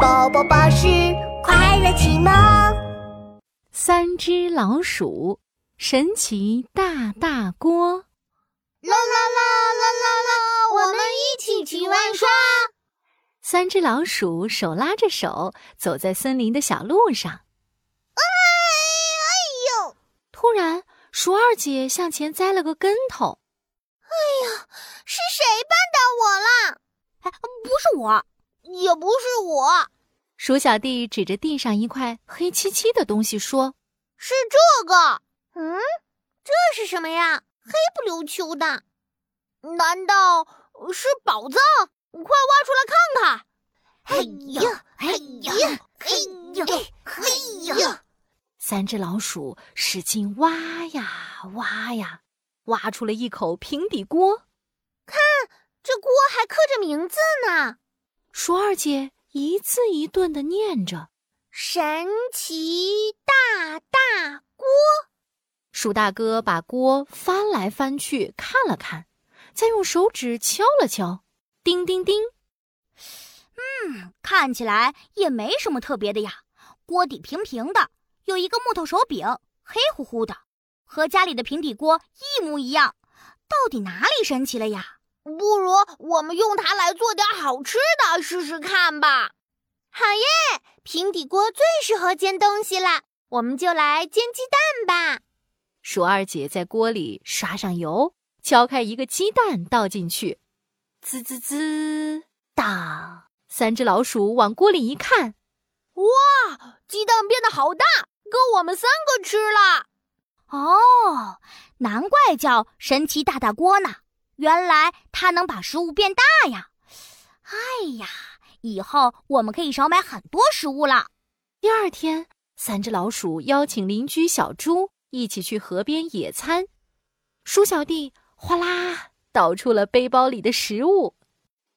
宝宝巴士快乐启蒙。三只老鼠，神奇大大锅。啦啦啦啦啦啦！我们一起去玩耍。三只老鼠手拉着手走在森林的小路上。哎哎呦！突然，鼠二姐向前栽了个跟头。哎呀，是谁绊倒我了？哎，不是我，也不是我。鼠小弟指着地上一块黑漆漆的东西说：“是这个。嗯，这是什么呀？黑不溜秋的，难道是宝藏？快挖出来看看！”哎呀，哎呀，哎呀，哎呀！三只老鼠使劲挖呀挖呀，挖出了一口平底锅。看，这锅还刻着名字呢。鼠二姐。一字一顿的念着：“神奇大大锅。”鼠大哥把锅翻来翻去看了看，再用手指敲了敲，叮叮叮。嗯，看起来也没什么特别的呀。锅底平平的，有一个木头手柄，黑乎乎的，和家里的平底锅一模一样。到底哪里神奇了呀？不如我们用它来做点好吃的试试看吧。好耶！平底锅最适合煎东西啦，我们就来煎鸡蛋吧。鼠二姐在锅里刷上油，敲开一个鸡蛋倒进去，滋滋滋，当！三只老鼠往锅里一看，哇，啊鸡蛋变得好大，够我们三个吃了。哦，难怪叫神奇大大锅呢。原来它能把食物变大呀！哎呀，以后我们可以少买很多食物了。第二天，三只老鼠邀请邻居小猪一起去河边野餐。鼠小弟哗啦倒出了背包里的食物，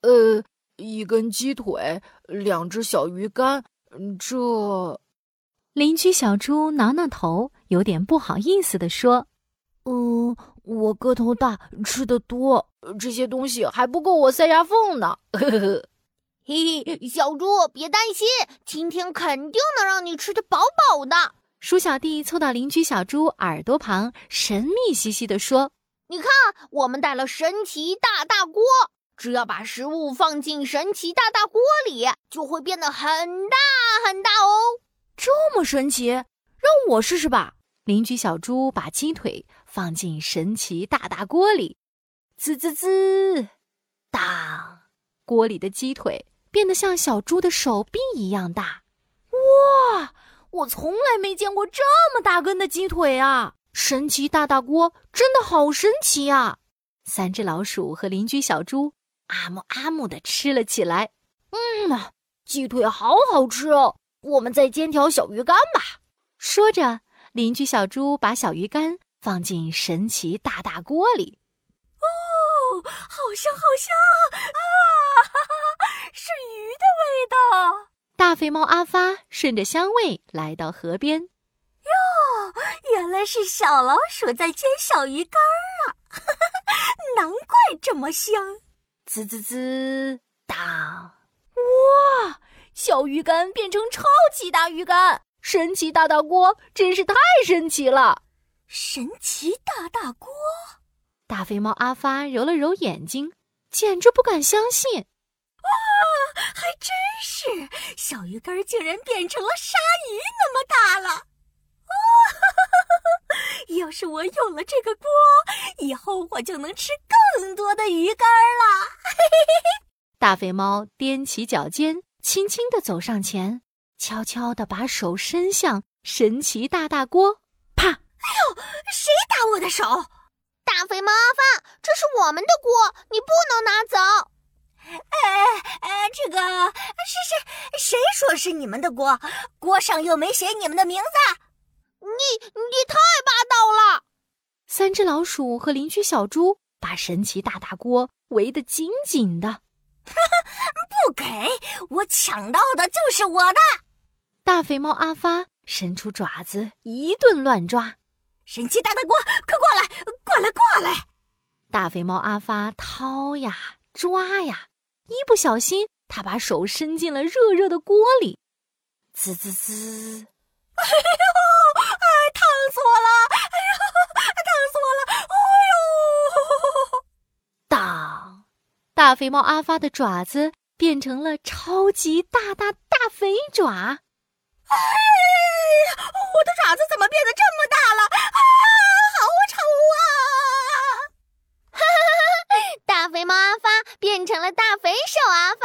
呃，一根鸡腿，两只小鱼干，嗯这……邻居小猪挠挠头，有点不好意思地说：“嗯、呃。”我个头大，吃的多，这些东西还不够我塞牙缝呢。呵呵，嘿嘿，小猪别担心，今天肯定能让你吃的饱饱的。鼠小弟凑到邻居小猪耳朵旁，神秘兮兮地说：“你看，我们带了神奇大大锅，只要把食物放进神奇大大锅里，就会变得很大很大哦。这么神奇，让我试试吧。”邻居小猪把鸡腿放进神奇大大锅里，滋滋滋，当！锅里的鸡腿变得像小猪的手臂一样大。哇！我从来没见过这么大根的鸡腿啊！神奇大大锅真的好神奇啊！三只老鼠和邻居小猪阿木阿木的吃了起来。嗯呐，鸡腿好好吃哦！我们再煎条小鱼干吧。说着。邻居小猪把小鱼干放进神奇大大锅里，哦，好香好香啊！哈哈，是鱼的味道。大肥猫阿发顺着香味来到河边，哟，原来是小老鼠在煎小鱼干啊！ 哈哈，难怪这么香。滋滋滋，当！哇，小鱼干变成超级大鱼干。神奇大大锅真是太神奇了！神奇大大锅，大肥猫阿发揉了揉眼睛，简直不敢相信。哇，还真是！小鱼干竟然变成了鲨鱼那么大了！哇、哦， 要是我有了这个锅，以后我就能吃更多的鱼干了。大肥猫踮起脚尖，轻轻地走上前。悄悄地把手伸向神奇大大锅，啪！哎呦，谁打我的手？大肥猫阿发，这是我们的锅，你不能拿走。哎哎，这个是谁？谁说是你们的锅？锅上又没写你们的名字。你你太霸道了！三只老鼠和邻居小猪把神奇大大锅围得紧紧的。不给我抢到的就是我的！大肥猫阿发伸出爪子一顿乱抓，神奇大大锅，快过来，过来，过来！大肥猫阿发掏呀抓呀，一不小心他把手伸进了热热的锅里，滋滋滋！哎呦，哎，烫死我了！哎呀，烫死我了！哎呦，当，大肥猫阿发的爪子变成了超级大大大肥爪。哎，我的爪子怎么变得这么大了？啊，好丑啊！大肥猫阿发变成了大肥手阿发。